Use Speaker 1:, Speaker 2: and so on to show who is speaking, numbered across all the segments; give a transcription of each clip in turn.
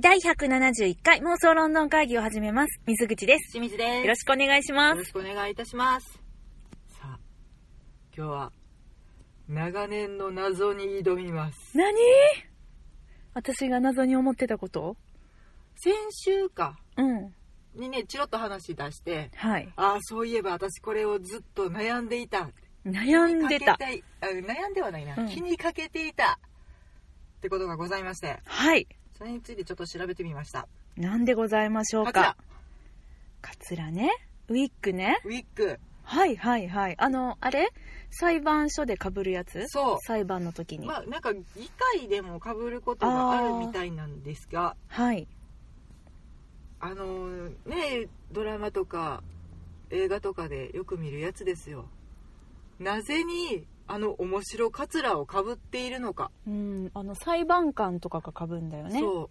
Speaker 1: 第171回妄想ロンドン会議を始めます。水口です。
Speaker 2: 清水です。
Speaker 1: よろしくお願いしま
Speaker 2: よろ
Speaker 1: す。
Speaker 2: しくお願いいたします。さあ、今日は、長年の謎に挑みます。
Speaker 1: 何私が謎に思ってたこと
Speaker 2: 先週か、
Speaker 1: うん。
Speaker 2: にね、チロッと話出して、
Speaker 1: はい。
Speaker 2: ああ、そういえば私これをずっと悩んでいた。
Speaker 1: 悩んでた
Speaker 2: か。けいあ悩んではないな、
Speaker 1: うん
Speaker 2: 気にかけていた。ってことがございまして、
Speaker 1: はい。
Speaker 2: それについてちょっと調べてみました。
Speaker 1: なんでございましょう
Speaker 2: こちら
Speaker 1: か。カツラね。ウィッグね。
Speaker 2: ウィッグ。
Speaker 1: はいはいはい。あの、あれ裁判所で被るやつ
Speaker 2: そう
Speaker 1: 裁判の時に。
Speaker 2: まあ、なんか、議会でも被ることがあるみたいなんですが、
Speaker 1: はい。
Speaker 2: あのねドラマとか映画とかでよく見るやつですよなぜにあの面白カツラをかぶっているのか、
Speaker 1: うん、あの、裁判官とかが被るんだよね。
Speaker 2: そ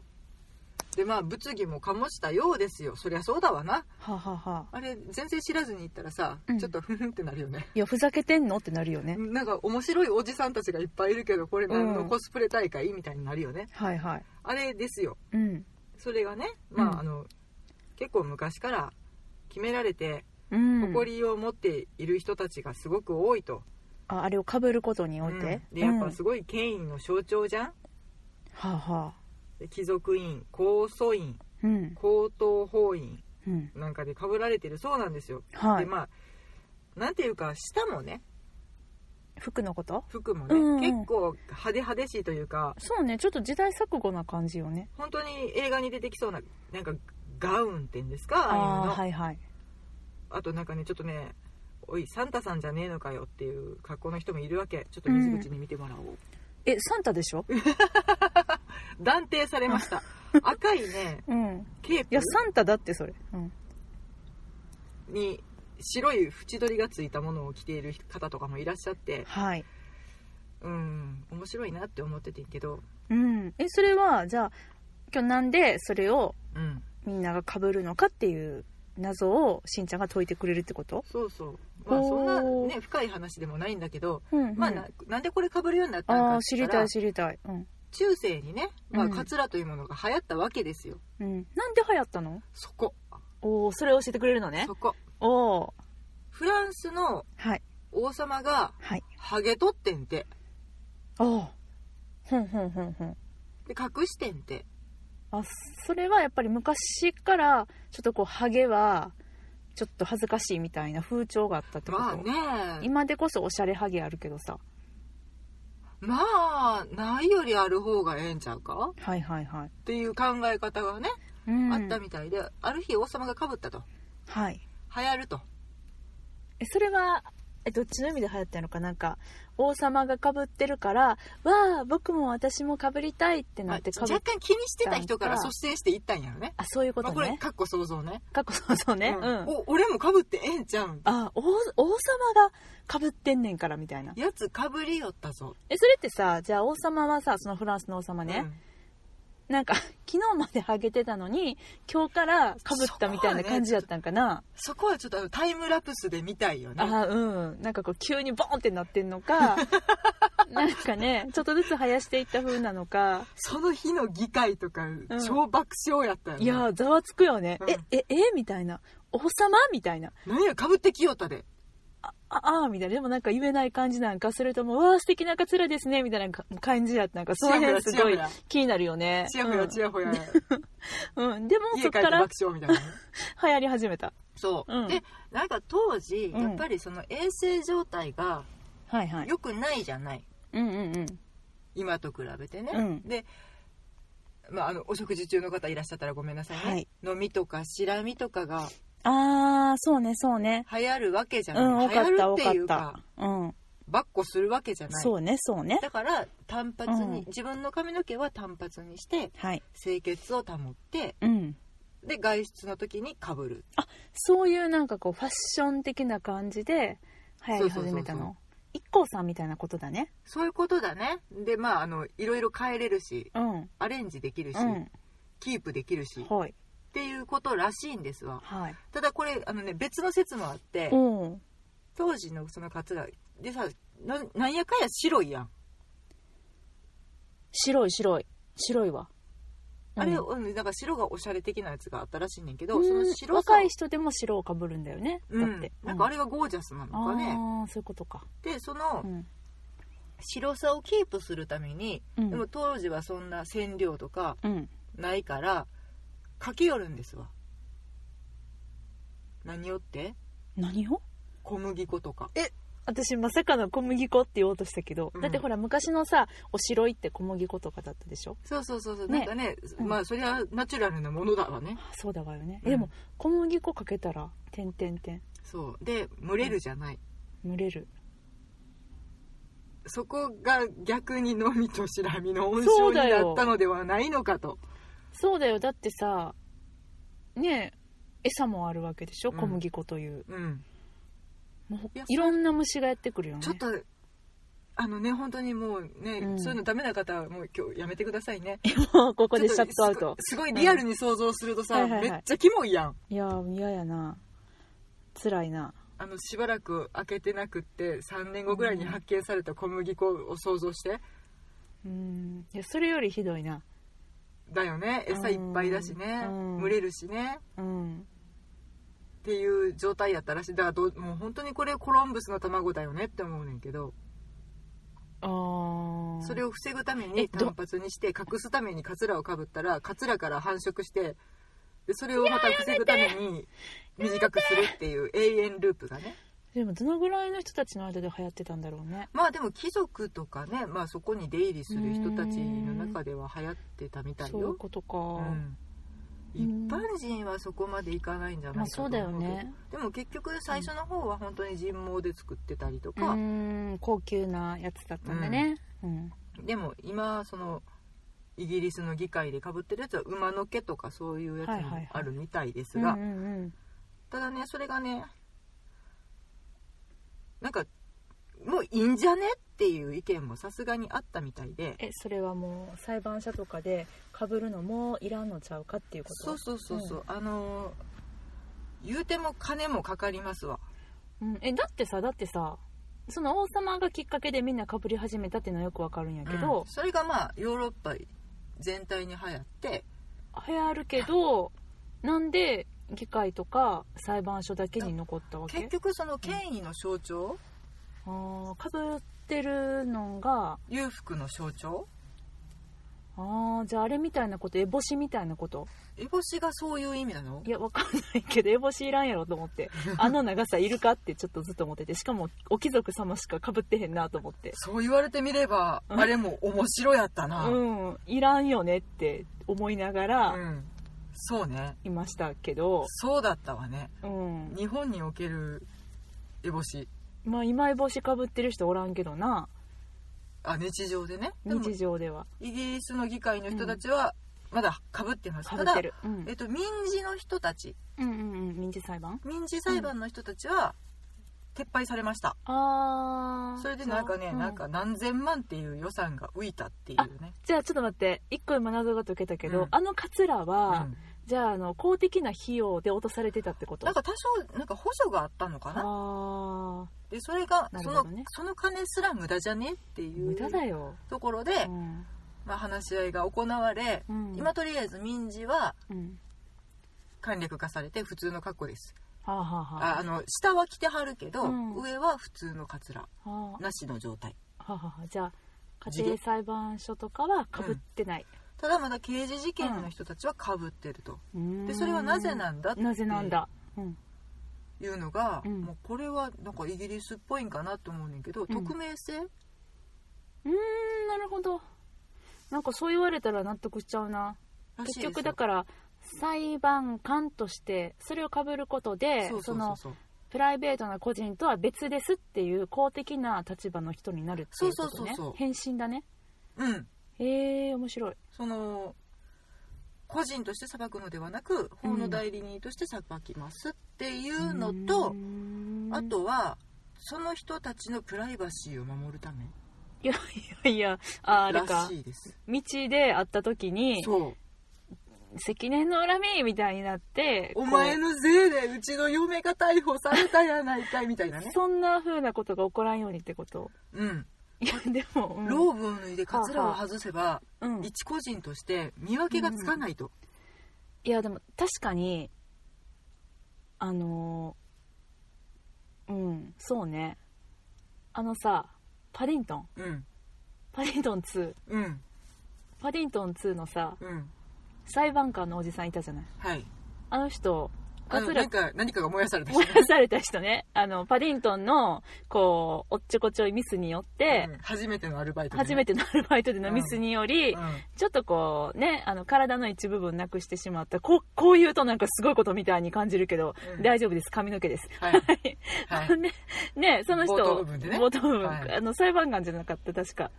Speaker 2: うでまあ物議も醸したようですよそりゃそうだわな
Speaker 1: ははは。
Speaker 2: あれ全然知らずに行ったらさ、
Speaker 1: うん
Speaker 2: ちょっとふふんってなるよね
Speaker 1: いや、ふざけてんのってなるよね。
Speaker 2: なんか面白いおじさんたちがいっぱいいるけどこれ何
Speaker 1: う
Speaker 2: の
Speaker 1: ん
Speaker 2: コスプレ大会みたいになるよね
Speaker 1: はいはい。
Speaker 2: あれですよ
Speaker 1: うん。
Speaker 2: それがねまあ、
Speaker 1: うん
Speaker 2: あの結構昔から決められて
Speaker 1: うん。
Speaker 2: 誇りを持っている人たちがすごく多いと、
Speaker 1: ああれをかぶることにおい
Speaker 2: うん
Speaker 1: て
Speaker 2: で、やっ
Speaker 1: う
Speaker 2: ぱ
Speaker 1: ん
Speaker 2: すごい権威の象徴じゃん
Speaker 1: はあ、はあ、
Speaker 2: で貴族院高祖院
Speaker 1: うん
Speaker 2: 高等法院
Speaker 1: うん
Speaker 2: なんかでかぶられてるそうなんですよ、
Speaker 1: は
Speaker 2: で
Speaker 1: い
Speaker 2: まあなんていうか舌もね
Speaker 1: 服のこと
Speaker 2: 服もね、
Speaker 1: うんうん
Speaker 2: 結構派手派手しいというか
Speaker 1: そうねちょっと時代錯誤な感じよね
Speaker 2: 本当に映画に出てきそうななんかガウンってんですかああいう
Speaker 1: あ
Speaker 2: の
Speaker 1: あーはいはい
Speaker 2: あとなんかねちょっとねおいサンタさんじゃねえのかよっていう格好の人もいるわけちょっと水口に見てもらおう、
Speaker 1: えサンタでしょ
Speaker 2: 断定されました 赤いね
Speaker 1: うん
Speaker 2: ケープ
Speaker 1: いやサンタだってそれうん
Speaker 2: に白い縁取りがついたものを着ている方とかもいらっしゃって
Speaker 1: はい
Speaker 2: うん面白いなって思っててんけど、
Speaker 1: うんえそれはじゃあ今日なんでそれを
Speaker 2: うん、
Speaker 1: みんながかぶるのかっていう謎をしんちゃんが解いてくれるってこと
Speaker 2: そうそうまあ
Speaker 1: おー
Speaker 2: そんなね深い話でもないんだけど、
Speaker 1: うん、うん、
Speaker 2: まあ、ななんでこれかぶるようになったの
Speaker 1: あー
Speaker 2: かって
Speaker 1: 知
Speaker 2: 言
Speaker 1: り
Speaker 2: った
Speaker 1: た
Speaker 2: ら
Speaker 1: い知りたいうん、
Speaker 2: 中世にね、ま
Speaker 1: う
Speaker 2: あ、
Speaker 1: ん
Speaker 2: カツラというものが流行ったわけですよ、
Speaker 1: うん、なんで流行ったの
Speaker 2: そこ
Speaker 1: おおそれ教えてくれるのね
Speaker 2: そこ
Speaker 1: おお
Speaker 2: フランスの
Speaker 1: はい
Speaker 2: 王様が
Speaker 1: はい
Speaker 2: ハゲ取ってんて
Speaker 1: ああふんふんふんふん
Speaker 2: で隠してんて
Speaker 1: あそれはやっぱり昔からちょっとこうハゲはちょっと恥ずかしいみたいな風潮があったってこと、
Speaker 2: まあね
Speaker 1: 今でこそおしゃれハゲあるけどさ
Speaker 2: まあないよりある方がええんちゃうか
Speaker 1: はいはいはい、
Speaker 2: っていう考え方がね
Speaker 1: うん
Speaker 2: あったみたいで、ある日王様がかぶったと
Speaker 1: はい
Speaker 2: 流行ると
Speaker 1: えそれはえどっちの意味で流行ったのかなんか王様がかぶってるからわあ僕も私もかぶりたいって
Speaker 2: ま
Speaker 1: な
Speaker 2: あ
Speaker 1: ってかぶ
Speaker 2: 若干気にしてた人から
Speaker 1: か
Speaker 2: 率先していったんやろね
Speaker 1: あそういうこ
Speaker 2: まあ
Speaker 1: と
Speaker 2: これ
Speaker 1: ね
Speaker 2: かっこ想像ね、
Speaker 1: 過去そうそうね
Speaker 2: う
Speaker 1: うんん、
Speaker 2: お俺もかぶってええんちゃうん
Speaker 1: あ王王様がかぶってんねんからみたいな
Speaker 2: やつかぶりよったぞ
Speaker 1: えそれってさじゃあ王様はさそのフランスの王様ね、なんか 昨日までハゲてたのに今日からかぶったみたいな感じだったんかな、
Speaker 2: そこはちょっとあのタイムラプスで見たいよね
Speaker 1: ああうんなんかこう急にボーンってなってんの かなんかねちょっとずつ生やしていった風なのか
Speaker 2: その日の議会とか、超爆笑やったよ、ね、
Speaker 1: いやーざわつくよね、
Speaker 2: うん
Speaker 1: えええみたいな王様みたいな
Speaker 2: 何やかぶってきよったで
Speaker 1: ああーみたいなでもなんか言えない感じなんかそれともうわー素敵なカツラですねみたいなか感じやったなんかその辺すごい
Speaker 2: ちやほや
Speaker 1: 気になるよね
Speaker 2: ちやほやち やほや
Speaker 1: うん、うん、でも
Speaker 2: 家帰
Speaker 1: そ
Speaker 2: っ
Speaker 1: ってか
Speaker 2: 爆
Speaker 1: ら
Speaker 2: 笑みたいなね
Speaker 1: 流行り始めた
Speaker 2: そう、
Speaker 1: うん
Speaker 2: でなんか当時
Speaker 1: うん
Speaker 2: やっぱりその衛生状態が
Speaker 1: はいはい
Speaker 2: 良くないじゃない
Speaker 1: うんうんうん
Speaker 2: 今と比べてね、
Speaker 1: うん
Speaker 2: で、まあ、あのお食事中の方いらっしゃったらごめんなさいね、
Speaker 1: はい
Speaker 2: 飲みとかしらみとかが
Speaker 1: ああそうねそうね
Speaker 2: 流行るわけじゃない、
Speaker 1: うん、多かっ
Speaker 2: 流
Speaker 1: た、多
Speaker 2: 行るっ
Speaker 1: か
Speaker 2: て
Speaker 1: っ
Speaker 2: いうか
Speaker 1: た。うん。
Speaker 2: ばっこするわけじゃない
Speaker 1: そうね、そうね。
Speaker 2: だから単発に、
Speaker 1: うん
Speaker 2: 自分の髪の毛は単発にして
Speaker 1: はい。
Speaker 2: 清潔を保って
Speaker 1: うん。
Speaker 2: で外出の時にかぶる
Speaker 1: そういうなんかこう、ファッション的な感じで流行り始めた
Speaker 2: そうそうそう
Speaker 1: の。一 k さんみたいなことだね。
Speaker 2: そういうことだねでまああのいろいろ変えれるし
Speaker 1: うん。
Speaker 2: アレンジできるし、
Speaker 1: うん。
Speaker 2: キープできるしっ
Speaker 1: はい。
Speaker 2: ていうことらしいんですわ
Speaker 1: はい。
Speaker 2: ただこれあのね別の説もあって、
Speaker 1: うん。
Speaker 2: 当時のそのカツラでさななんやかんや白いやん
Speaker 1: 白い白い。白いわ。
Speaker 2: あれ、
Speaker 1: うん
Speaker 2: うん、なんか白がおしゃれ的なやつがあったらしいねんけど、
Speaker 1: うん
Speaker 2: その白さ
Speaker 1: 若い人でも白をかぶるんだよねだ
Speaker 2: う
Speaker 1: っ
Speaker 2: ん
Speaker 1: て、、
Speaker 2: なんかあれがゴージャスなの
Speaker 1: あ
Speaker 2: かね、
Speaker 1: あーそういうことか、
Speaker 2: でその
Speaker 1: うん
Speaker 2: 白さをキープするために、
Speaker 1: うん
Speaker 2: でも当時はそんな染料とか
Speaker 1: うん、
Speaker 2: ないから駆け寄るんですわ何よって
Speaker 1: 何を
Speaker 2: 小麦粉とか
Speaker 1: 私まさかの小麦粉って言おうとしたけど、
Speaker 2: うん
Speaker 1: だってほら昔のさおしろいって小麦粉とかだったでしょ
Speaker 2: そうそうそうそう、
Speaker 1: ね
Speaker 2: なんかね、
Speaker 1: うん
Speaker 2: まあそりゃナチュラルなものだわね
Speaker 1: あそうだわよね、
Speaker 2: うん
Speaker 1: でも小麦粉かけたら「てんてんてん
Speaker 2: そうで蒸れるじゃない、」
Speaker 1: 蒸れる
Speaker 2: そこが逆にのみとしらみの温床になったのではないのかと
Speaker 1: そうだよだってさねえ餌もあるわけでしょ
Speaker 2: うん
Speaker 1: 小麦粉という、
Speaker 2: うん
Speaker 1: もう
Speaker 2: いや
Speaker 1: いろんな虫がやってくるよね
Speaker 2: ちょっとあのね本当にもうね、
Speaker 1: うん
Speaker 2: そういうのダメな方はもう今日やめてくださいね
Speaker 1: も うここでシ
Speaker 2: ちょ
Speaker 1: ャ
Speaker 2: っ
Speaker 1: ッ
Speaker 2: と
Speaker 1: トアウト
Speaker 2: すごいすごいリアルに想像するとさ、
Speaker 1: うんはいはいはい
Speaker 2: めっちゃキモいやん
Speaker 1: いやー嫌やな辛いな
Speaker 2: あのしばらく開けてなくって3年後ぐらいに発見された小麦粉を想像して
Speaker 1: うんいやそれよりひどいな
Speaker 2: だよね餌いっぱいだしね、
Speaker 1: うん
Speaker 2: 群れるしね
Speaker 1: うん
Speaker 2: っていう状態やったらしいだからどうもう本当にこれコロンブスの卵だよねって思うねんけど、
Speaker 1: あー
Speaker 2: それを防ぐため
Speaker 1: え
Speaker 2: に
Speaker 1: ど
Speaker 2: 単発にして隠すためにカツラをかぶったらカツラから繁殖してでそれをまた防ぐために短くするっていう永遠ループがね
Speaker 1: でもどのぐらいの人たちの間で流行ってたんだろうね
Speaker 2: まあでも貴族とかね、まあ、そこに出入りする人たちの中では流行ってたみたい
Speaker 1: そういう
Speaker 2: よ、
Speaker 1: ことか、
Speaker 2: うん、一般人はそこまでいかないんじゃ
Speaker 1: ま
Speaker 2: な
Speaker 1: あ
Speaker 2: いかと
Speaker 1: そう
Speaker 2: 思う
Speaker 1: だ
Speaker 2: けど、
Speaker 1: よね
Speaker 2: でも結局最初の方は本当に人毛で作ってたりと
Speaker 1: う
Speaker 2: か、
Speaker 1: ん高級なやつだったんだねうん、
Speaker 2: でも今そのイギリスの議会でかぶってるやつは馬の毛とかそういうやつ
Speaker 1: はいはいはい
Speaker 2: もあるみたいです
Speaker 1: う
Speaker 2: が、
Speaker 1: んうんうん
Speaker 2: ただねそれがねなんかもういいんじゃねっていう意見もさすがにあったみたいで
Speaker 1: えそれはもう裁判所とかでかぶるのもいらんのちゃうかっていうこと
Speaker 2: そうそうそうそう、あのー言うても金もかかりますわ
Speaker 1: うん、えだってさだってさその王様がきっかけでみんなかぶり始めたっていうのはよくわかるんやけ
Speaker 2: うん
Speaker 1: ど、
Speaker 2: それがまあヨーロッパ全体に流行って
Speaker 1: 流行るけどなんで議会とか裁判所だけに残ったわ
Speaker 2: 結
Speaker 1: け
Speaker 2: 局その権威の象徴、
Speaker 1: あーかぶってるのが
Speaker 2: 裕福の象徴
Speaker 1: あーじゃああれみたいなこと烏帽子みたいなこと
Speaker 2: 烏帽子がそういう意味なの
Speaker 1: いやわかんないけど烏帽子いらんやろと思って あの長さいるかってちょっとずっと思っててしかもお貴族様しかかぶってへんなと思って
Speaker 2: そう言われてみれば、あれも面白やったな。
Speaker 1: うんいらんよねって思いなが
Speaker 2: う
Speaker 1: ら
Speaker 2: んそうね。
Speaker 1: いましたけど、
Speaker 2: そうだったわね。
Speaker 1: うん、
Speaker 2: 日本における烏帽子。
Speaker 1: まあ今井帽子かぶってる人おらんけどな
Speaker 2: あ、日常でね。でも、
Speaker 1: 日常では
Speaker 2: イギリスの議会の人たちは、まだ被ってます。
Speaker 1: か
Speaker 2: た
Speaker 1: ぶっ
Speaker 2: だ
Speaker 1: て、る、うん
Speaker 2: えっと、民事の人たち、
Speaker 1: うんうんうん民事裁判
Speaker 2: 民事裁判の人たちは、撤廃されました。
Speaker 1: ああ
Speaker 2: それでなんかね、なんか何千万っていう予算が浮いたっていうね。
Speaker 1: じゃあちょっと待って一個今謎が解けたけど、
Speaker 2: うん
Speaker 1: あのカツラは、
Speaker 2: うん
Speaker 1: じゃああの公的な費用で落とされてたってこと
Speaker 2: なんか多少、なんか補助があったのか
Speaker 1: あ
Speaker 2: な
Speaker 1: あ
Speaker 2: で、それが、
Speaker 1: なる
Speaker 2: そ
Speaker 1: ほ
Speaker 2: の
Speaker 1: どね、
Speaker 2: その金すら無駄じゃねっていう。
Speaker 1: 無駄だよ、
Speaker 2: ところで、
Speaker 1: うん
Speaker 2: まあ、話し合いが行われ、
Speaker 1: うん、
Speaker 2: 今とりあえず民事は
Speaker 1: うん、
Speaker 2: 簡略化されて普通の格好です、
Speaker 1: はあ、はあは
Speaker 2: ああの下は着てはるけど、
Speaker 1: うん
Speaker 2: 上は普通のカツラ
Speaker 1: あ、は
Speaker 2: なしの状態
Speaker 1: あはあはあじゃあ家庭裁判所とかはかぶってない、
Speaker 2: ただまだ刑事事件の人たちはかぶってると、
Speaker 1: うん
Speaker 2: でそれはなぜなんだって
Speaker 1: なぜなんだ、うん、
Speaker 2: いうのが、
Speaker 1: うん
Speaker 2: もうこれはなんかイギリスっぽいんかなと思うねんけど、
Speaker 1: ん
Speaker 2: 匿名性
Speaker 1: うーんなるほどなんかそう言われたら納得しちゃうな
Speaker 2: らしいです
Speaker 1: 結
Speaker 2: よ
Speaker 1: 局だから裁判官としてそれをかぶることで
Speaker 2: そうそう
Speaker 1: そ
Speaker 2: そう
Speaker 1: の
Speaker 2: そう
Speaker 1: プライベートな個人とは別ですっていう公的な立場の人になるっていうことね
Speaker 2: そうそうそうそう
Speaker 1: 変身だね
Speaker 2: うん
Speaker 1: へえ面白い
Speaker 2: その個人として裁くのではなく法の代理人として裁きますっていうのと、
Speaker 1: うーん
Speaker 2: あとはその人たちのプライバシーを守るため
Speaker 1: いやいやいやああれ
Speaker 2: ら
Speaker 1: か
Speaker 2: しいです
Speaker 1: 道で会った時に
Speaker 2: そう
Speaker 1: 積年の恨みみたいになって
Speaker 2: お前
Speaker 1: こ
Speaker 2: のせいでうちの嫁が逮捕されたやないかいみたい な
Speaker 1: う
Speaker 2: ね
Speaker 1: そんな風なことが起こらんようにってこと
Speaker 2: うん
Speaker 1: いやでも、うん
Speaker 2: ローブを脱いでカツラを外せば
Speaker 1: うん、
Speaker 2: 一個人として見分けがつかないと、
Speaker 1: いやでも確かにあのーうんそうねあのさパディントン
Speaker 2: うん
Speaker 1: パディントン2
Speaker 2: うん
Speaker 1: パディントン2のさ
Speaker 2: うん
Speaker 1: 裁判官のおじさんいたじゃない
Speaker 2: はい
Speaker 1: あの人カ
Speaker 2: あの
Speaker 1: ツ
Speaker 2: な
Speaker 1: ラ
Speaker 2: んか何かが燃やされた人
Speaker 1: 燃やされた人ねあのパディントンのこうおっちょこちょいミスによって、
Speaker 2: うん初めてのアルバイトでね、
Speaker 1: 初めてのアルバイトでのミスにより、
Speaker 2: うん
Speaker 1: ちょっとこうねあの体の一部分なくしてしまったこうこういうとなんかすごいことみたいに感じるけど、
Speaker 2: う ん
Speaker 1: 大丈夫です髪の毛です
Speaker 2: はいはい
Speaker 1: ねねその人
Speaker 2: 冒頭部分でね
Speaker 1: 冒頭部分
Speaker 2: はい
Speaker 1: あの裁判官じゃなかった確か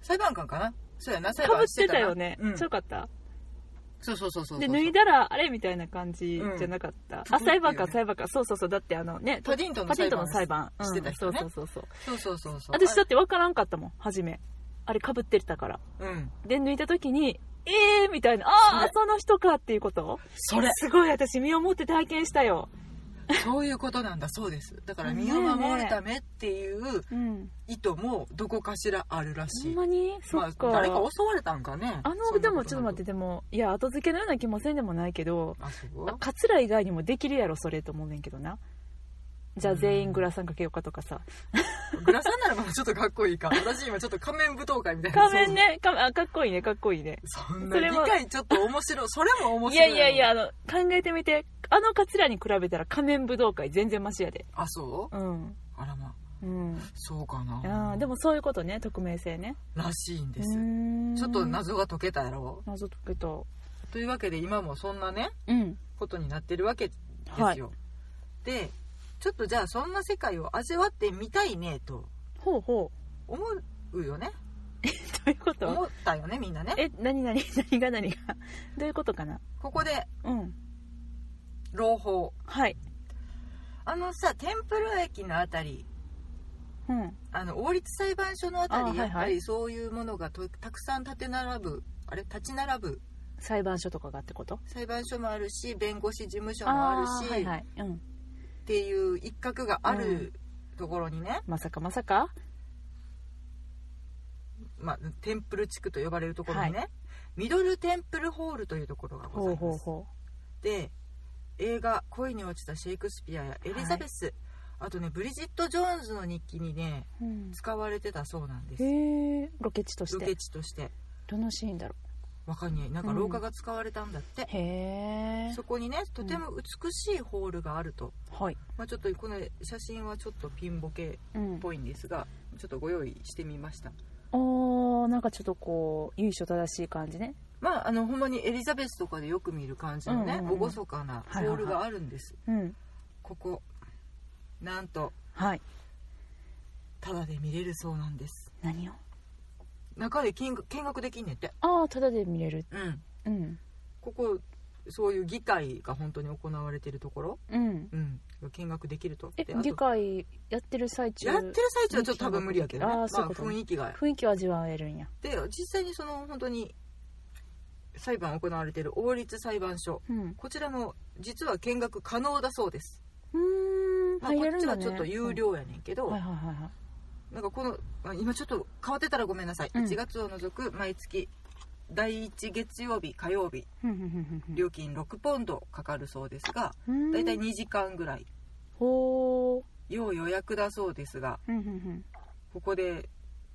Speaker 2: 裁判官かなそうやな裁
Speaker 1: かぶっ
Speaker 2: 判
Speaker 1: てたよね、
Speaker 2: うん、
Speaker 1: ち
Speaker 2: そ
Speaker 1: ょ
Speaker 2: う
Speaker 1: かった
Speaker 2: そうそうそうそう
Speaker 1: で脱いだらあれみたいな感じじゃなかった、あ裁判官
Speaker 2: うん
Speaker 1: 裁判官そうそうそうだってあのね
Speaker 2: パディントンの
Speaker 1: パディ
Speaker 2: 裁
Speaker 1: ントンの
Speaker 2: 判
Speaker 1: 裁判
Speaker 2: してた人ね
Speaker 1: うん、そうそうそうそう
Speaker 2: そうそうそうそう
Speaker 1: 私だって分からんかったもん初めあれかぶってたから
Speaker 2: うん
Speaker 1: で抜いた時にえーみたいなああその人かっていうこと
Speaker 2: それ
Speaker 1: すごい私身をもって体験したよ
Speaker 2: そういうことなんだそうですだから身を守るためっていう
Speaker 1: うん
Speaker 2: 意図もどこかしらあるら
Speaker 1: ほ
Speaker 2: し
Speaker 1: ん
Speaker 2: い、
Speaker 1: まにそ
Speaker 2: ま
Speaker 1: っか、
Speaker 2: あ、誰か襲われたんかね
Speaker 1: あの
Speaker 2: そんな
Speaker 1: で
Speaker 2: こ
Speaker 1: も
Speaker 2: と
Speaker 1: ちょっと待ってでもいや後付けのような気もせんでもないけど
Speaker 2: あそう
Speaker 1: あカツラ以外にもできるやろそれと思うねんけどなじゃあ全員グラサンかけようかとかさ
Speaker 2: グラサンならまだちょっとかっこいいか私今ちょっと仮面舞踏会みたいな
Speaker 1: 仮面ねかあかっこいいねかっこいいね
Speaker 2: そんな
Speaker 1: それ
Speaker 2: 理
Speaker 1: も
Speaker 2: 解ちょっと面白いそれも面
Speaker 1: い
Speaker 2: 白
Speaker 1: や
Speaker 2: い
Speaker 1: いやいやあの考えてみてあのカツラに比べたら仮面武道会全然マシやで
Speaker 2: あそ
Speaker 1: うん
Speaker 2: うあらまあ
Speaker 1: うん
Speaker 2: そうか
Speaker 1: あ
Speaker 2: な
Speaker 1: ーでもそういうことね匿名性ね
Speaker 2: らしいんです
Speaker 1: ち
Speaker 2: ちょっと謎が解けたやろ
Speaker 1: 謎解けた
Speaker 2: というわけで今もそんなね
Speaker 1: うん
Speaker 2: ことになってるわけですよ、
Speaker 1: はい
Speaker 2: でちょっとじゃあそんな世界を味わってみたいねと
Speaker 1: ほうほ
Speaker 2: 思うよね
Speaker 1: うどういうこと
Speaker 2: 思ったよねみんなね
Speaker 1: え何何何が何がどういうことかな
Speaker 2: ここで
Speaker 1: うん
Speaker 2: 朗報
Speaker 1: はい
Speaker 2: あのさテンプル駅のあたり
Speaker 1: うん
Speaker 2: あの王立裁判所のあた
Speaker 1: あ
Speaker 2: り
Speaker 1: はい
Speaker 2: や
Speaker 1: は
Speaker 2: っ
Speaker 1: い
Speaker 2: ぱりそういうものがとたくさん立て並ぶあれ立ち並ぶ
Speaker 1: 裁判所とかがってこと
Speaker 2: 裁判所もあるし弁護士事務所もある
Speaker 1: あ
Speaker 2: し、
Speaker 1: ーはいはいうん
Speaker 2: っていう一角があ
Speaker 1: う
Speaker 2: るところにね、
Speaker 1: まさかまさか
Speaker 2: まあ、テンプル地区と呼ばれるところにね、ミドルテンプルホールというところがござい
Speaker 1: ほう
Speaker 2: ます
Speaker 1: ほうほ
Speaker 2: で映画「恋に落ちたシェイクスピア」や「エリザベス」あとねブリジット・ジョーンズの日記にね
Speaker 1: う、うん、
Speaker 2: 使われてたそうなんです
Speaker 1: へえロケ地とし
Speaker 2: ロケ
Speaker 1: て
Speaker 2: 地として
Speaker 1: どのシーンだろ
Speaker 2: わかんないなんか廊下が使われたんだって
Speaker 1: う、へえ
Speaker 2: そこにねとても美しいホールがあると、
Speaker 1: はい
Speaker 2: まあ、ちょっとこの写真はちょっとピンボケ
Speaker 1: うん
Speaker 2: っぽいんですがちょっとご用意してみました
Speaker 1: おーなんかちょっとこう由緒正しい感じね
Speaker 2: まああのほんまにエリザベスとかでよく見る感じのね、
Speaker 1: うんうんうん
Speaker 2: 厳かなホールがあるんです、
Speaker 1: うん
Speaker 2: ここなんと
Speaker 1: はい
Speaker 2: タダで見れるそうなんです
Speaker 1: 何を
Speaker 2: 中で見学見学できんねんって
Speaker 1: ああただで見れる
Speaker 2: うん
Speaker 1: うん
Speaker 2: ここそういう議会が本当に行われてるところ、
Speaker 1: うん
Speaker 2: うん、見学できると
Speaker 1: え
Speaker 2: であと
Speaker 1: 議会やってる最中
Speaker 2: やってる最中はちょっと多分無理やけどね
Speaker 1: あーそうい
Speaker 2: まあ、
Speaker 1: うことね
Speaker 2: 雰囲気が
Speaker 1: 雰囲気を味わえるんや
Speaker 2: で実際にその本当に裁判行われてる王立裁判所
Speaker 1: うん
Speaker 2: こちらも実は見学可能だそうです、
Speaker 1: うーん
Speaker 2: まあ、こ
Speaker 1: 入れ
Speaker 2: っ
Speaker 1: るん
Speaker 2: ち
Speaker 1: だ、
Speaker 2: は
Speaker 1: ね、
Speaker 2: ちょっと有料やねんけど、
Speaker 1: うんはいはいはいはい
Speaker 2: なんかこのあ今ちょっと変わってたらごめんなさい、
Speaker 1: うん
Speaker 2: 1月を除く毎月第1月曜日火曜日
Speaker 1: ふんふんふんふんふん
Speaker 2: 料金6ポンドかかるそうですが
Speaker 1: うーん
Speaker 2: だいたい2時間ぐらい
Speaker 1: ほー
Speaker 2: 要予約だそうですが
Speaker 1: ふんふんふん
Speaker 2: ここで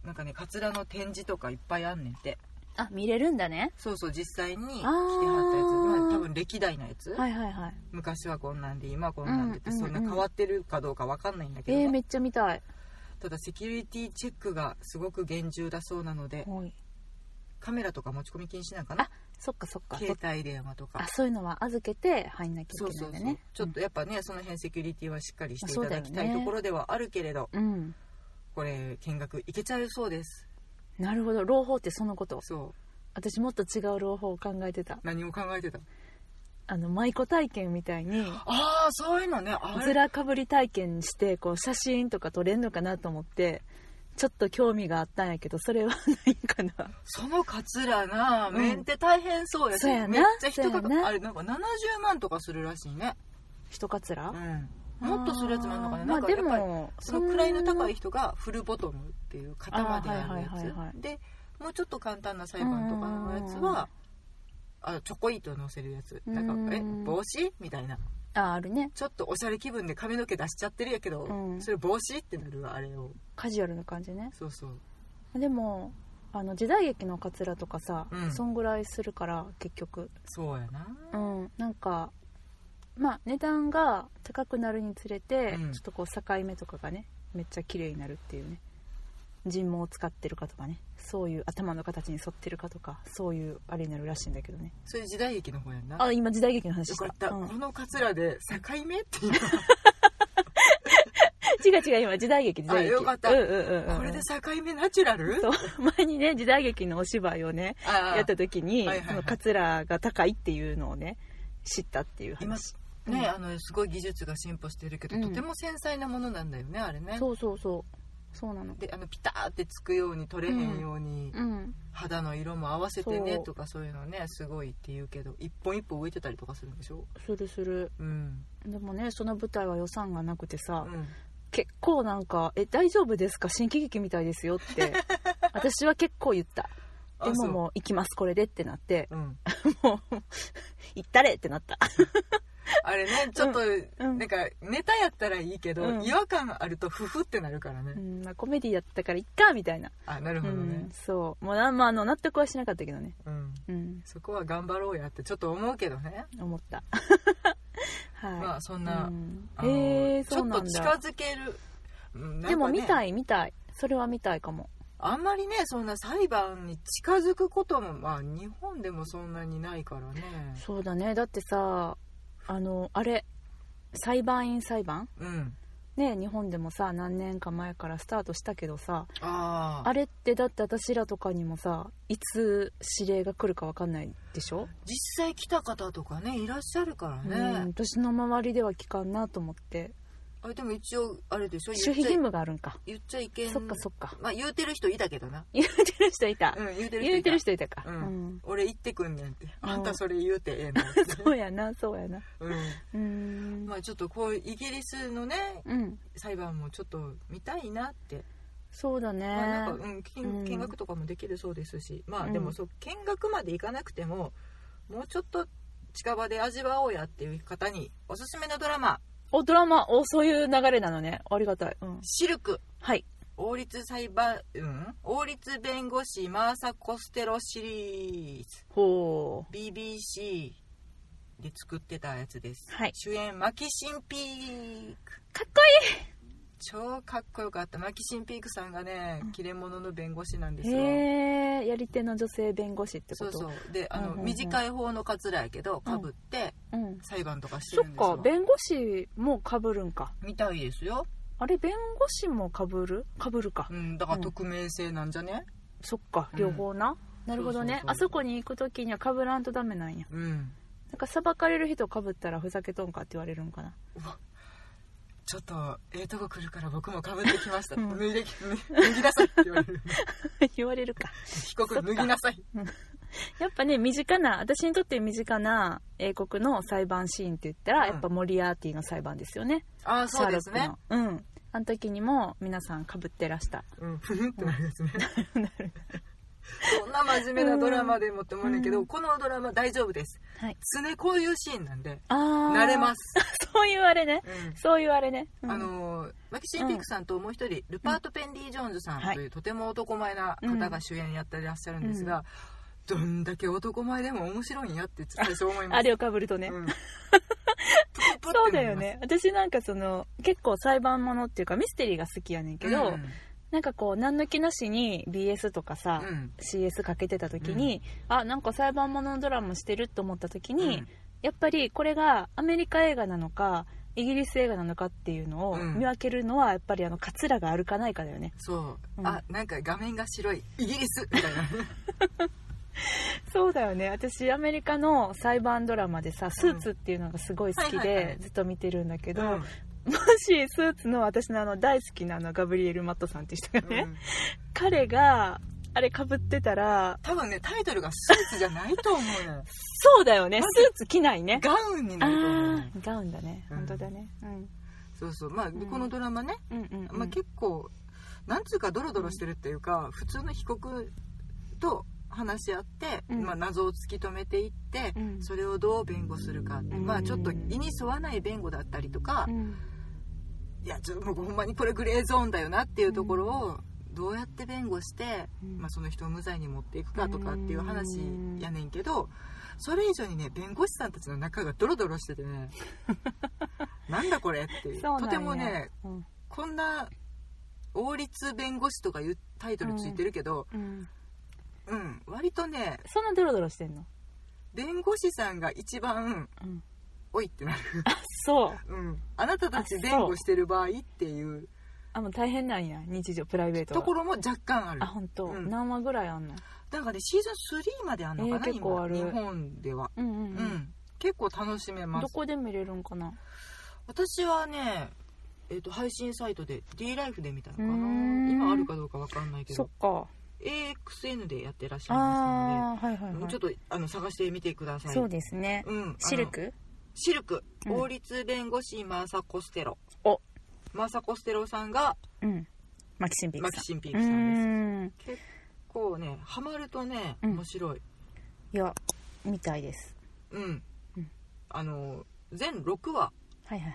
Speaker 2: なんかねカツラの展示とかいっぱいあんねんて
Speaker 1: あ見れるんだね
Speaker 2: そうそう実際に着て
Speaker 1: あー
Speaker 2: はったやつまあ、多分歴代のやつ、
Speaker 1: はいはいはい
Speaker 2: 昔はこんなんで今はこんなんでって、
Speaker 1: うんうんうん
Speaker 2: そんな変わってるかどうかわかんないんだけど
Speaker 1: え
Speaker 2: ね、
Speaker 1: ー、めっちゃ見たい
Speaker 2: ただセキュリティチェックがすごく厳重だそうなので
Speaker 1: おい
Speaker 2: カメラとか持ち込み禁止なんかな
Speaker 1: そっかそっか
Speaker 2: 携帯電話とか
Speaker 1: あそういうのは預けて入んなきゃ
Speaker 2: そ
Speaker 1: いうけないん
Speaker 2: そう
Speaker 1: だ
Speaker 2: そう、
Speaker 1: ね
Speaker 2: ちょっとやっぱねその辺セキュリティはしっかりしてい
Speaker 1: そう
Speaker 2: た
Speaker 1: だ
Speaker 2: だ
Speaker 1: よね
Speaker 2: きたいところではあるけれど、
Speaker 1: うん、うん
Speaker 2: これ見学行けちゃうそうです
Speaker 1: なるほど朗報ってそのこと
Speaker 2: そう
Speaker 1: 私もっと違う朗報を考えてた
Speaker 2: 何を考えてた
Speaker 1: あの舞妓体験みたいに
Speaker 2: ああそういうのねあ
Speaker 1: ず
Speaker 2: れ
Speaker 1: らかぶり体験してこう写真とか撮れんのかなと思ってちょっと興味があったんやけどそれは ないかな
Speaker 2: そのカツラな
Speaker 1: うん
Speaker 2: メンテ大変そうやし、
Speaker 1: そうやな
Speaker 2: めっちゃ人か
Speaker 1: そうやな
Speaker 2: かあれなんか70万とかするらしいね
Speaker 1: 一かつら
Speaker 2: うんもっとするやつもあるのかななんか
Speaker 1: まあ
Speaker 2: や
Speaker 1: で
Speaker 2: っぱり
Speaker 1: も
Speaker 2: その位の高い人がフルボトムっていう肩まであるや
Speaker 1: あーはいはいはいは
Speaker 2: つでもうちょっと簡単な裁判とかのやつはあチョコイート乗せるやつ
Speaker 1: うん
Speaker 2: なんかえ帽子みたいな
Speaker 1: あーあるね
Speaker 2: ちょっとおしゃれ気分で髪の毛出しちゃってるやけど、
Speaker 1: うん
Speaker 2: それ帽子ってなるわあれを
Speaker 1: カジュアルな感じね
Speaker 2: そうそう
Speaker 1: でもあの時代劇のカツラとかさ、
Speaker 2: うん
Speaker 1: そんぐらいするから結局
Speaker 2: そうやな
Speaker 1: うんなんかまあ値段が高くなるにつれて、
Speaker 2: うん
Speaker 1: ちょっとこう境目とかがねめっちゃ綺麗になるっていうね人毛を使ってるかとかねそういう頭の形に沿ってるかとかそういうあれになるらしいんだけどね
Speaker 2: そういう時代劇の方やんな
Speaker 1: あ今時代劇の話
Speaker 2: よ
Speaker 1: した
Speaker 2: かった、
Speaker 1: うん
Speaker 2: このカツラで境目っていう
Speaker 1: 違う違う今時代劇時代劇
Speaker 2: あよかった
Speaker 1: うんうんうんうん、
Speaker 2: これで境目ナチュラル
Speaker 1: そう 前にね時代劇のお芝居をね
Speaker 2: あー
Speaker 1: やった時に、
Speaker 2: はいはいはい
Speaker 1: そのカツラが高いっていうのをね知ったっていう
Speaker 2: 今
Speaker 1: 話
Speaker 2: ね、あのすごい技術が進歩してるけど、
Speaker 1: うん
Speaker 2: とても繊細なものなんだよねあれね
Speaker 1: そうそうそうそうなの
Speaker 2: であのピターってつくように取れへんように、
Speaker 1: うん
Speaker 2: 肌の色も合わせてね
Speaker 1: そう
Speaker 2: とかそういうのねすごいって言うけど一本一本植えてたりとかするんでしょ
Speaker 1: するする
Speaker 2: うん、
Speaker 1: でもねその舞台は予算がなくて
Speaker 2: う
Speaker 1: さ、
Speaker 2: ん、
Speaker 1: 結構なんか「え大丈夫ですか新喜劇みたいですよ」って 私は結構言ったで
Speaker 2: あそ
Speaker 1: も
Speaker 2: う
Speaker 1: もう行きますこれでってなって
Speaker 2: うん、
Speaker 1: もう 行ったれってなった
Speaker 2: あれねちょっと、
Speaker 1: うん
Speaker 2: なんかネタやったらいいけど、
Speaker 1: うん
Speaker 2: 違和感あるとフフってなるからね、
Speaker 1: うん、まあ、コメディだったからいっかみたいな、
Speaker 2: あなるほ
Speaker 1: う
Speaker 2: ど
Speaker 1: ん
Speaker 2: ね、
Speaker 1: そうもうな、まあ、あの納得はしなかったけどね
Speaker 2: うん
Speaker 1: うん
Speaker 2: そこは頑張ろうやってちょっと思うけどね、
Speaker 1: 思った はい、
Speaker 2: まあそんな、
Speaker 1: うん
Speaker 2: あの
Speaker 1: へえ
Speaker 2: ち
Speaker 1: そ
Speaker 2: ょ
Speaker 1: う
Speaker 2: っ
Speaker 1: な
Speaker 2: と
Speaker 1: ん
Speaker 2: 近
Speaker 1: だ
Speaker 2: づけるうんなんかね
Speaker 1: でも見たい見たいそれは見たいかも
Speaker 2: あんまりねそんな裁判に近づくこともまあ日本でもそんなにないからね
Speaker 1: そうだねだってさあのあれ裁判員裁判
Speaker 2: うん
Speaker 1: ね日本でもさ何年か前からスタートしたけどさ
Speaker 2: ああ
Speaker 1: あれってだって私らとかにもさいつ指令が来るか分かんないでしょ、
Speaker 2: 実際来た方とかねいらっしゃるから
Speaker 1: う
Speaker 2: ね、
Speaker 1: ん私の周りでは聞かんなと思って
Speaker 2: あれでも一応あれでしょ
Speaker 1: 守秘
Speaker 2: 言
Speaker 1: 義
Speaker 2: っちゃ
Speaker 1: 務があるんか
Speaker 2: 言っちゃいけん
Speaker 1: そっかそっか
Speaker 2: まあ言うてる人いたけどな、
Speaker 1: 言うてる人いた、
Speaker 2: うん、言うてる人いた
Speaker 1: 言うてる人いたか
Speaker 2: う
Speaker 1: うんん、
Speaker 2: 俺行ってくんねんってあんたそれ言うてええのって、
Speaker 1: そうやなそうやな
Speaker 2: う
Speaker 1: うーん、
Speaker 2: ん、まあちょっとこうイギリスのね
Speaker 1: うん
Speaker 2: 裁判もちょっと見たいなって
Speaker 1: そうだね、
Speaker 2: まあなんかうん、
Speaker 1: う
Speaker 2: 見
Speaker 1: ん
Speaker 2: 見学とかもできるそうですし、ま
Speaker 1: う
Speaker 2: あ
Speaker 1: ん
Speaker 2: でもそう見学まで行かなくてももうちょっと近場で味わおうやっていう方におすすめのドラマ
Speaker 1: おドラマおそういう流れなのねありがたい、うん
Speaker 2: 「シルク
Speaker 1: はい
Speaker 2: 王立裁判、うん、王立弁護士マーサ・コステロシリーズ
Speaker 1: ほ
Speaker 2: BBC で作ってたやつです、
Speaker 1: はい
Speaker 2: 主演マキシン・ピーク
Speaker 1: うかっこいい
Speaker 2: 超かっこよかったマキシン・ピークさんがね切れ者の弁護士なんですよ
Speaker 1: へえやり手の女性弁護士ってこ
Speaker 2: そう
Speaker 1: と
Speaker 2: そうであの、
Speaker 1: うんうんうん
Speaker 2: 短い方のカツラやけどかぶって
Speaker 1: うん、
Speaker 2: 裁判とかして
Speaker 1: そ
Speaker 2: る
Speaker 1: っ
Speaker 2: んです
Speaker 1: か
Speaker 2: よ
Speaker 1: 弁護士もかぶるんか
Speaker 2: みたいですよ、
Speaker 1: あれ弁護士もかぶるかぶるか、
Speaker 2: うん、だから
Speaker 1: うん
Speaker 2: 匿名性なんじゃね
Speaker 1: そっか
Speaker 2: うん
Speaker 1: 両方な、なるほどね
Speaker 2: そうそうそう
Speaker 1: あそこに行く時にはかぶらんとダメなんや
Speaker 2: うん、
Speaker 1: なんか裁かれる人かぶったらふざけとんかって言われるんかな
Speaker 2: ちょっとええとこ来るから僕もかぶってきました、
Speaker 1: うん
Speaker 2: 脱いでき脱ぎなさいって言われる
Speaker 1: 言われるか
Speaker 2: 被告脱ぎな さい
Speaker 1: やっぱね身近な私にとって身近な英国の裁判シーンって言ったら、
Speaker 2: うん
Speaker 1: やっぱモリアーティの裁判ですよね
Speaker 2: ああそうで
Speaker 1: シ
Speaker 2: す
Speaker 1: ャ
Speaker 2: ね
Speaker 1: ーロックのうんあの時にも皆さんかぶってらした
Speaker 2: うん ふふんってなるや つねそんな真面目なドラマでもって思うんだけど、
Speaker 1: うん
Speaker 2: このドラマ大丈夫です
Speaker 1: はい
Speaker 2: 常こういうシーンなんで
Speaker 1: ああ
Speaker 2: 慣れますす、
Speaker 1: そういうあれね
Speaker 2: うん、
Speaker 1: そういうあれね、うん
Speaker 2: あのーマキシン・ピークさんともう一人、ルパート・ペンディ・ジョーンズさんという、とても男前な方が主演やってらっしゃるんですが、どんだけ男前でも面白いんやって最初思います
Speaker 1: あれをかぶるとね、
Speaker 2: うんプププっ て
Speaker 1: そうだ
Speaker 2: な
Speaker 1: よ
Speaker 2: ります
Speaker 1: ね私なんかその結構裁判ものっていうかミステリーが好きやねんけど、
Speaker 2: うん
Speaker 1: なんかこう何の気なしに BS とかさ、
Speaker 2: うん、
Speaker 1: CS かけてた時に、あなんか裁判もののドラマしてると思った時に、やっぱりこれがアメリカ映画なのかイギリス映画なのかっていうのを
Speaker 2: うん
Speaker 1: 見分けるのはやっぱりあのカツラがあるかないかだよね、
Speaker 2: そう、
Speaker 1: うん
Speaker 2: あなんか画面が白いイギリスみたい な
Speaker 1: そうだよね私アメリカの裁判ドラマでさスーツっていうのがすごい好き
Speaker 2: はいはいは
Speaker 1: で
Speaker 2: い
Speaker 1: ずっと見てるんだけど、
Speaker 2: うん
Speaker 1: もしスーツの私のあの大好きなあのガブリエル・マットさんっていう人がね、
Speaker 2: うん
Speaker 1: 彼があれかぶってたら
Speaker 2: 多分ねタイトルがスーツじゃないと思う のよ
Speaker 1: そうだよねスーツ着ないね
Speaker 2: ガウンになると思うのよ
Speaker 1: ガウンだね
Speaker 2: うん
Speaker 1: 本当だねうん
Speaker 2: そうそうまあ、
Speaker 1: ん
Speaker 2: このドラマね、
Speaker 1: うんうん、うん
Speaker 2: まあ、結構なんつうかドロドロしてるっていうか普通の被告と話し合って、
Speaker 1: うん
Speaker 2: まあ、謎を突き止めていって、
Speaker 1: うん
Speaker 2: それをどう弁護するか、
Speaker 1: ん
Speaker 2: まあちょっと意に沿わない弁護だったりとか、
Speaker 1: うん
Speaker 2: いやちょっともうほんまにこれグレーゾーンだよなっていうところをどうやって弁護して、
Speaker 1: うん
Speaker 2: まあ、その人を無罪に持っていくかとかっていう話やねんけどそれ以上にね弁護士さんたちの仲がドロドロしてて ねなんだこれっていう
Speaker 1: そうなんや
Speaker 2: とてもね
Speaker 1: うん
Speaker 2: こんな王立弁護士とかいうタイトルついてるけど、
Speaker 1: うん、
Speaker 2: うん割とね
Speaker 1: そんなドロドロしてんの、
Speaker 2: 弁護士さんが一番
Speaker 1: うん、
Speaker 2: おいってなる、
Speaker 1: あそう
Speaker 2: うん、あなたた
Speaker 1: あそ
Speaker 2: ち
Speaker 1: う
Speaker 2: 弁護してる場合っていう
Speaker 1: あもう大変なんや日常プライベートは
Speaker 2: ところも若干ある
Speaker 1: あ本当、
Speaker 2: うん
Speaker 1: 何話ぐらいあんの
Speaker 2: だからねシーズン3まであんのかな、
Speaker 1: えー結構ある
Speaker 2: 今日本では、
Speaker 1: うんうん
Speaker 2: う
Speaker 1: うんん、
Speaker 2: 結構楽しめま
Speaker 1: ど
Speaker 2: す
Speaker 1: こで見れるんかな
Speaker 2: 私はね、えー、と配信サイトで d ライフで見たのかな
Speaker 1: うーん
Speaker 2: 今あるかどうかわかんないけ
Speaker 1: そっ
Speaker 2: ど
Speaker 1: か
Speaker 2: AXN でやってらっしゃいま
Speaker 1: ああーはいは
Speaker 2: す
Speaker 1: い
Speaker 2: ので、
Speaker 1: はい
Speaker 2: ちょっとあの探してみてください
Speaker 1: そうですね、
Speaker 2: うんあの
Speaker 1: シルク
Speaker 2: シルク
Speaker 1: うん
Speaker 2: 王立弁護士マーサ・コステロ、
Speaker 1: お
Speaker 2: マーサ・コステロさんが
Speaker 1: うんマキシンピー
Speaker 2: マ
Speaker 1: ク
Speaker 2: キ
Speaker 1: さん
Speaker 2: シン・ピー
Speaker 1: う
Speaker 2: クさんで
Speaker 1: ーん
Speaker 2: す結構ねハマるとね
Speaker 1: うん
Speaker 2: 面白い
Speaker 1: いやみたいです
Speaker 2: うん、
Speaker 1: うん
Speaker 2: あの全6話
Speaker 1: はいはいはい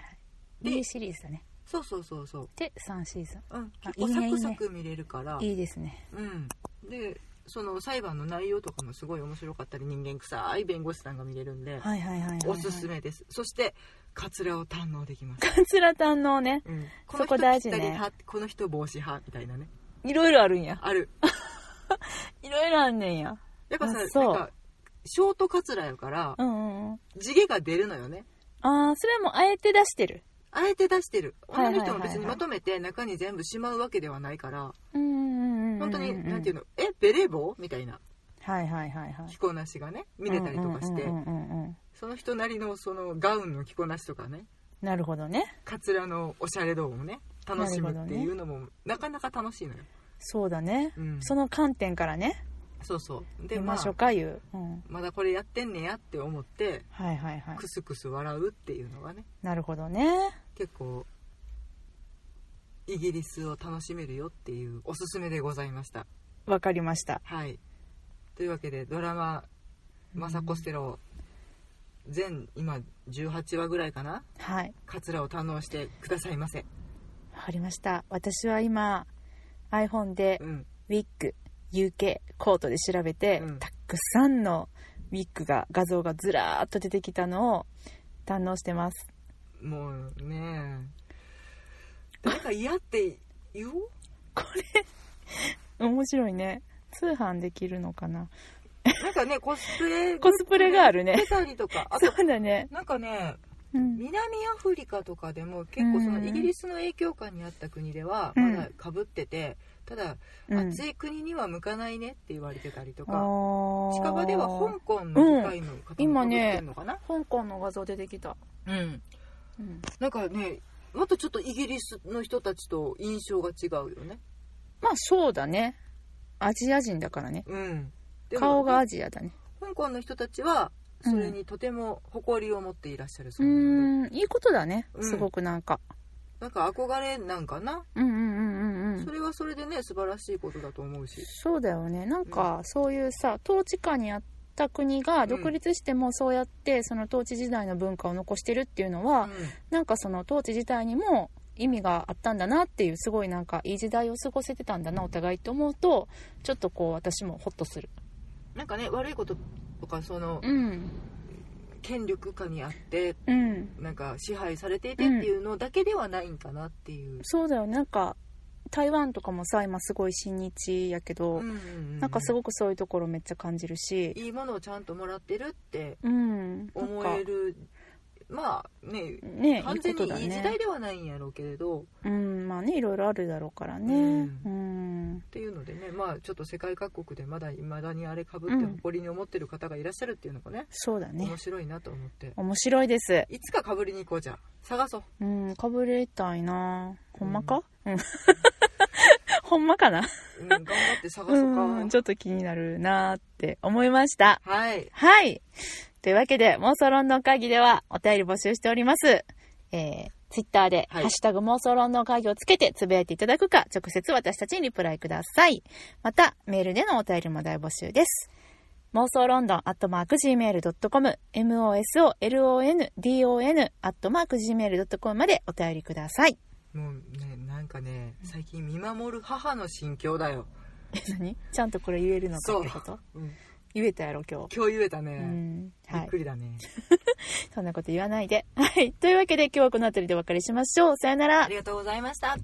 Speaker 2: で
Speaker 1: B シリーズだね
Speaker 2: そうそうそうそう
Speaker 1: で3シーズン
Speaker 2: うん、
Speaker 1: あ
Speaker 2: 結構
Speaker 1: いいね
Speaker 2: サ
Speaker 1: いいね
Speaker 2: クサク見れるから
Speaker 1: いいですね
Speaker 2: うん、でその裁判の内容とかもすごい面白かったり人間臭い弁護士さんが見れるんで、
Speaker 1: はいはいはいはい、はい、
Speaker 2: おすすめですそしてカツラを堪能できます、
Speaker 1: カツラ堪能ね
Speaker 2: うん、この
Speaker 1: そこ
Speaker 2: 人
Speaker 1: 大事
Speaker 2: ぴっ
Speaker 1: ね
Speaker 2: たり派、この人帽子派みたいなね
Speaker 1: いろいろあるんや
Speaker 2: ある
Speaker 1: いろいろあんねんや
Speaker 2: やっぱさ
Speaker 1: あそう
Speaker 2: なんかショートカツラやから
Speaker 1: うんうんうん
Speaker 2: 地毛が出るのよね
Speaker 1: ああそれはもうあえて出してる
Speaker 2: あえて出してる
Speaker 1: はい
Speaker 2: 女
Speaker 1: はいはい
Speaker 2: の
Speaker 1: はい
Speaker 2: 人も別にまとめて中に全部しまうわけではないから
Speaker 1: うんうんうんうんうん
Speaker 2: 本当になんていう
Speaker 1: の
Speaker 2: のえベレー帽みたいな
Speaker 1: はいはいはいはい
Speaker 2: 着こなしがね見れたりとかして
Speaker 1: うんうんうんうんうん
Speaker 2: その人なりのそのガウンの着こなしとかね
Speaker 1: なるほどね
Speaker 2: カツラのおしゃれ度もね楽しむっていうのもな,、かなか楽しいのよ、
Speaker 1: そうだね、
Speaker 2: うん、
Speaker 1: その観点からね
Speaker 2: そうそうで
Speaker 1: 見
Speaker 2: ま
Speaker 1: ま
Speaker 2: あ
Speaker 1: しょうかいう、うん、
Speaker 2: まだこれやってんねやって思って
Speaker 1: はいはいはい
Speaker 2: クスクス笑うっていうのがね
Speaker 1: なるほどね
Speaker 2: 結構イギリスを楽しめるよっていうおすすめでございました
Speaker 1: わかりました
Speaker 2: はいというわけでドラマ「マサコステロ」全今18話ぐらいかな
Speaker 1: はい
Speaker 2: カツラを堪能してくださいませ
Speaker 1: わかりました私は今 iPhone で
Speaker 2: うん
Speaker 1: ウィッグ UK コートで調べて、
Speaker 2: うん
Speaker 1: たくさんのウィッグが画像がずらーっと出てきたのを堪能してます
Speaker 2: もうね誰か嫌って言おう
Speaker 1: これ面白いね通販できるのかな
Speaker 2: なんかね、コスプレ。
Speaker 1: コスプレがあるね
Speaker 2: 出たりとか。あ
Speaker 1: そ
Speaker 2: と、
Speaker 1: うだね、
Speaker 2: なんかね、
Speaker 1: うん、
Speaker 2: 南アフリカとかでも結構その
Speaker 1: うん
Speaker 2: イギリスの影響下にあった国では
Speaker 1: うん
Speaker 2: まだ被ってて、ただ、
Speaker 1: うん
Speaker 2: 暑い国には向かないねって言われてたりとか、近
Speaker 1: 近
Speaker 2: 場では香港の議会の方
Speaker 1: 今
Speaker 2: も被って
Speaker 1: ね
Speaker 2: んのかな、
Speaker 1: 香港の画像出てきた、
Speaker 2: うん。
Speaker 1: うん、
Speaker 2: なんかね、もっとちょっとイギリスの人たちと印象が違うよね。
Speaker 1: まあそうだねアジア人だからね
Speaker 2: うん。でも
Speaker 1: 顔がアジアだね
Speaker 2: 香港の人たちは、それにとても誇りを持っていらっしゃる
Speaker 1: う
Speaker 2: そうなので、
Speaker 1: ーんいいことだね
Speaker 2: うん
Speaker 1: すごくなんか、
Speaker 2: なんか憧れなんかな
Speaker 1: うん、うんうんうんうん
Speaker 2: それはそれでね素晴らしいことだと思うし
Speaker 1: そうだよねなんかそういうさ統治下にあった国が独立してもそうやってその統治時代の文化を残してるっていうのは、なんかその統治自体にも意味があったんだなっていうすごいなんかいい時代を過ごせてたんだなお互いって思うとちょっとこう私もホッとする
Speaker 2: なんかね悪いこととかその
Speaker 1: うん
Speaker 2: 権力下にあって
Speaker 1: うん
Speaker 2: なんか支配されていてっていうのだけではないんかなっていう、
Speaker 1: そうだよねなんか台湾とかもさ今すごい親日やけど、
Speaker 2: うんうんうん
Speaker 1: なんかすごくそういうところめっちゃ感じるし
Speaker 2: いいものをちゃんともらってるって
Speaker 1: うんなん
Speaker 2: 思
Speaker 1: か
Speaker 2: えるまあね
Speaker 1: ねい
Speaker 2: 完
Speaker 1: いこ
Speaker 2: 全に
Speaker 1: とだ
Speaker 2: いい時代
Speaker 1: ね
Speaker 2: ではないんやろうけれど、っ
Speaker 1: うんまあねいろいろあるだろうからね
Speaker 2: うん
Speaker 1: うん
Speaker 2: ていうのでねまあちょっと世界各国でまだいまだにあれかぶって誇りに思ってる方がいらっしゃるっていうのがね、
Speaker 1: そうだね
Speaker 2: 面白いなと思って
Speaker 1: 面白いです
Speaker 2: いつかかぶりに行こうじゃあ探そう
Speaker 1: うんかぶれたいなほんまかうん ほんまかな
Speaker 2: うん頑張って探そうか。
Speaker 1: うん、ちょっと気になるなーって思いました。
Speaker 2: はい。
Speaker 1: はい。というわけで、妄想論の会議ではお便り募集しております。えーツイッターで、
Speaker 2: はい
Speaker 1: ハッシュタグ妄想論の会議をつけてつぶやいていただくか、直接私たちにリプライください。また、メールでのお便りも大募集です。妄想ロンドンアットマーク Gmail.com、MOSOLONDON アットマーク Gmail.com までお便りください。
Speaker 2: もうねなんかね最近見守る母の心境だよ、
Speaker 1: え何ちゃんとこれ言えるのかってこと
Speaker 2: うん、
Speaker 1: 言えたやろ、今日。
Speaker 2: 今日言えた
Speaker 1: う
Speaker 2: ね、
Speaker 1: ん。
Speaker 2: び
Speaker 1: は
Speaker 2: っ
Speaker 1: い
Speaker 2: く。りだね、
Speaker 1: そんなこと言わないで。はい。というわけで今日はこの辺りでお別れしましょう。さよなら
Speaker 2: あ。りがとうございました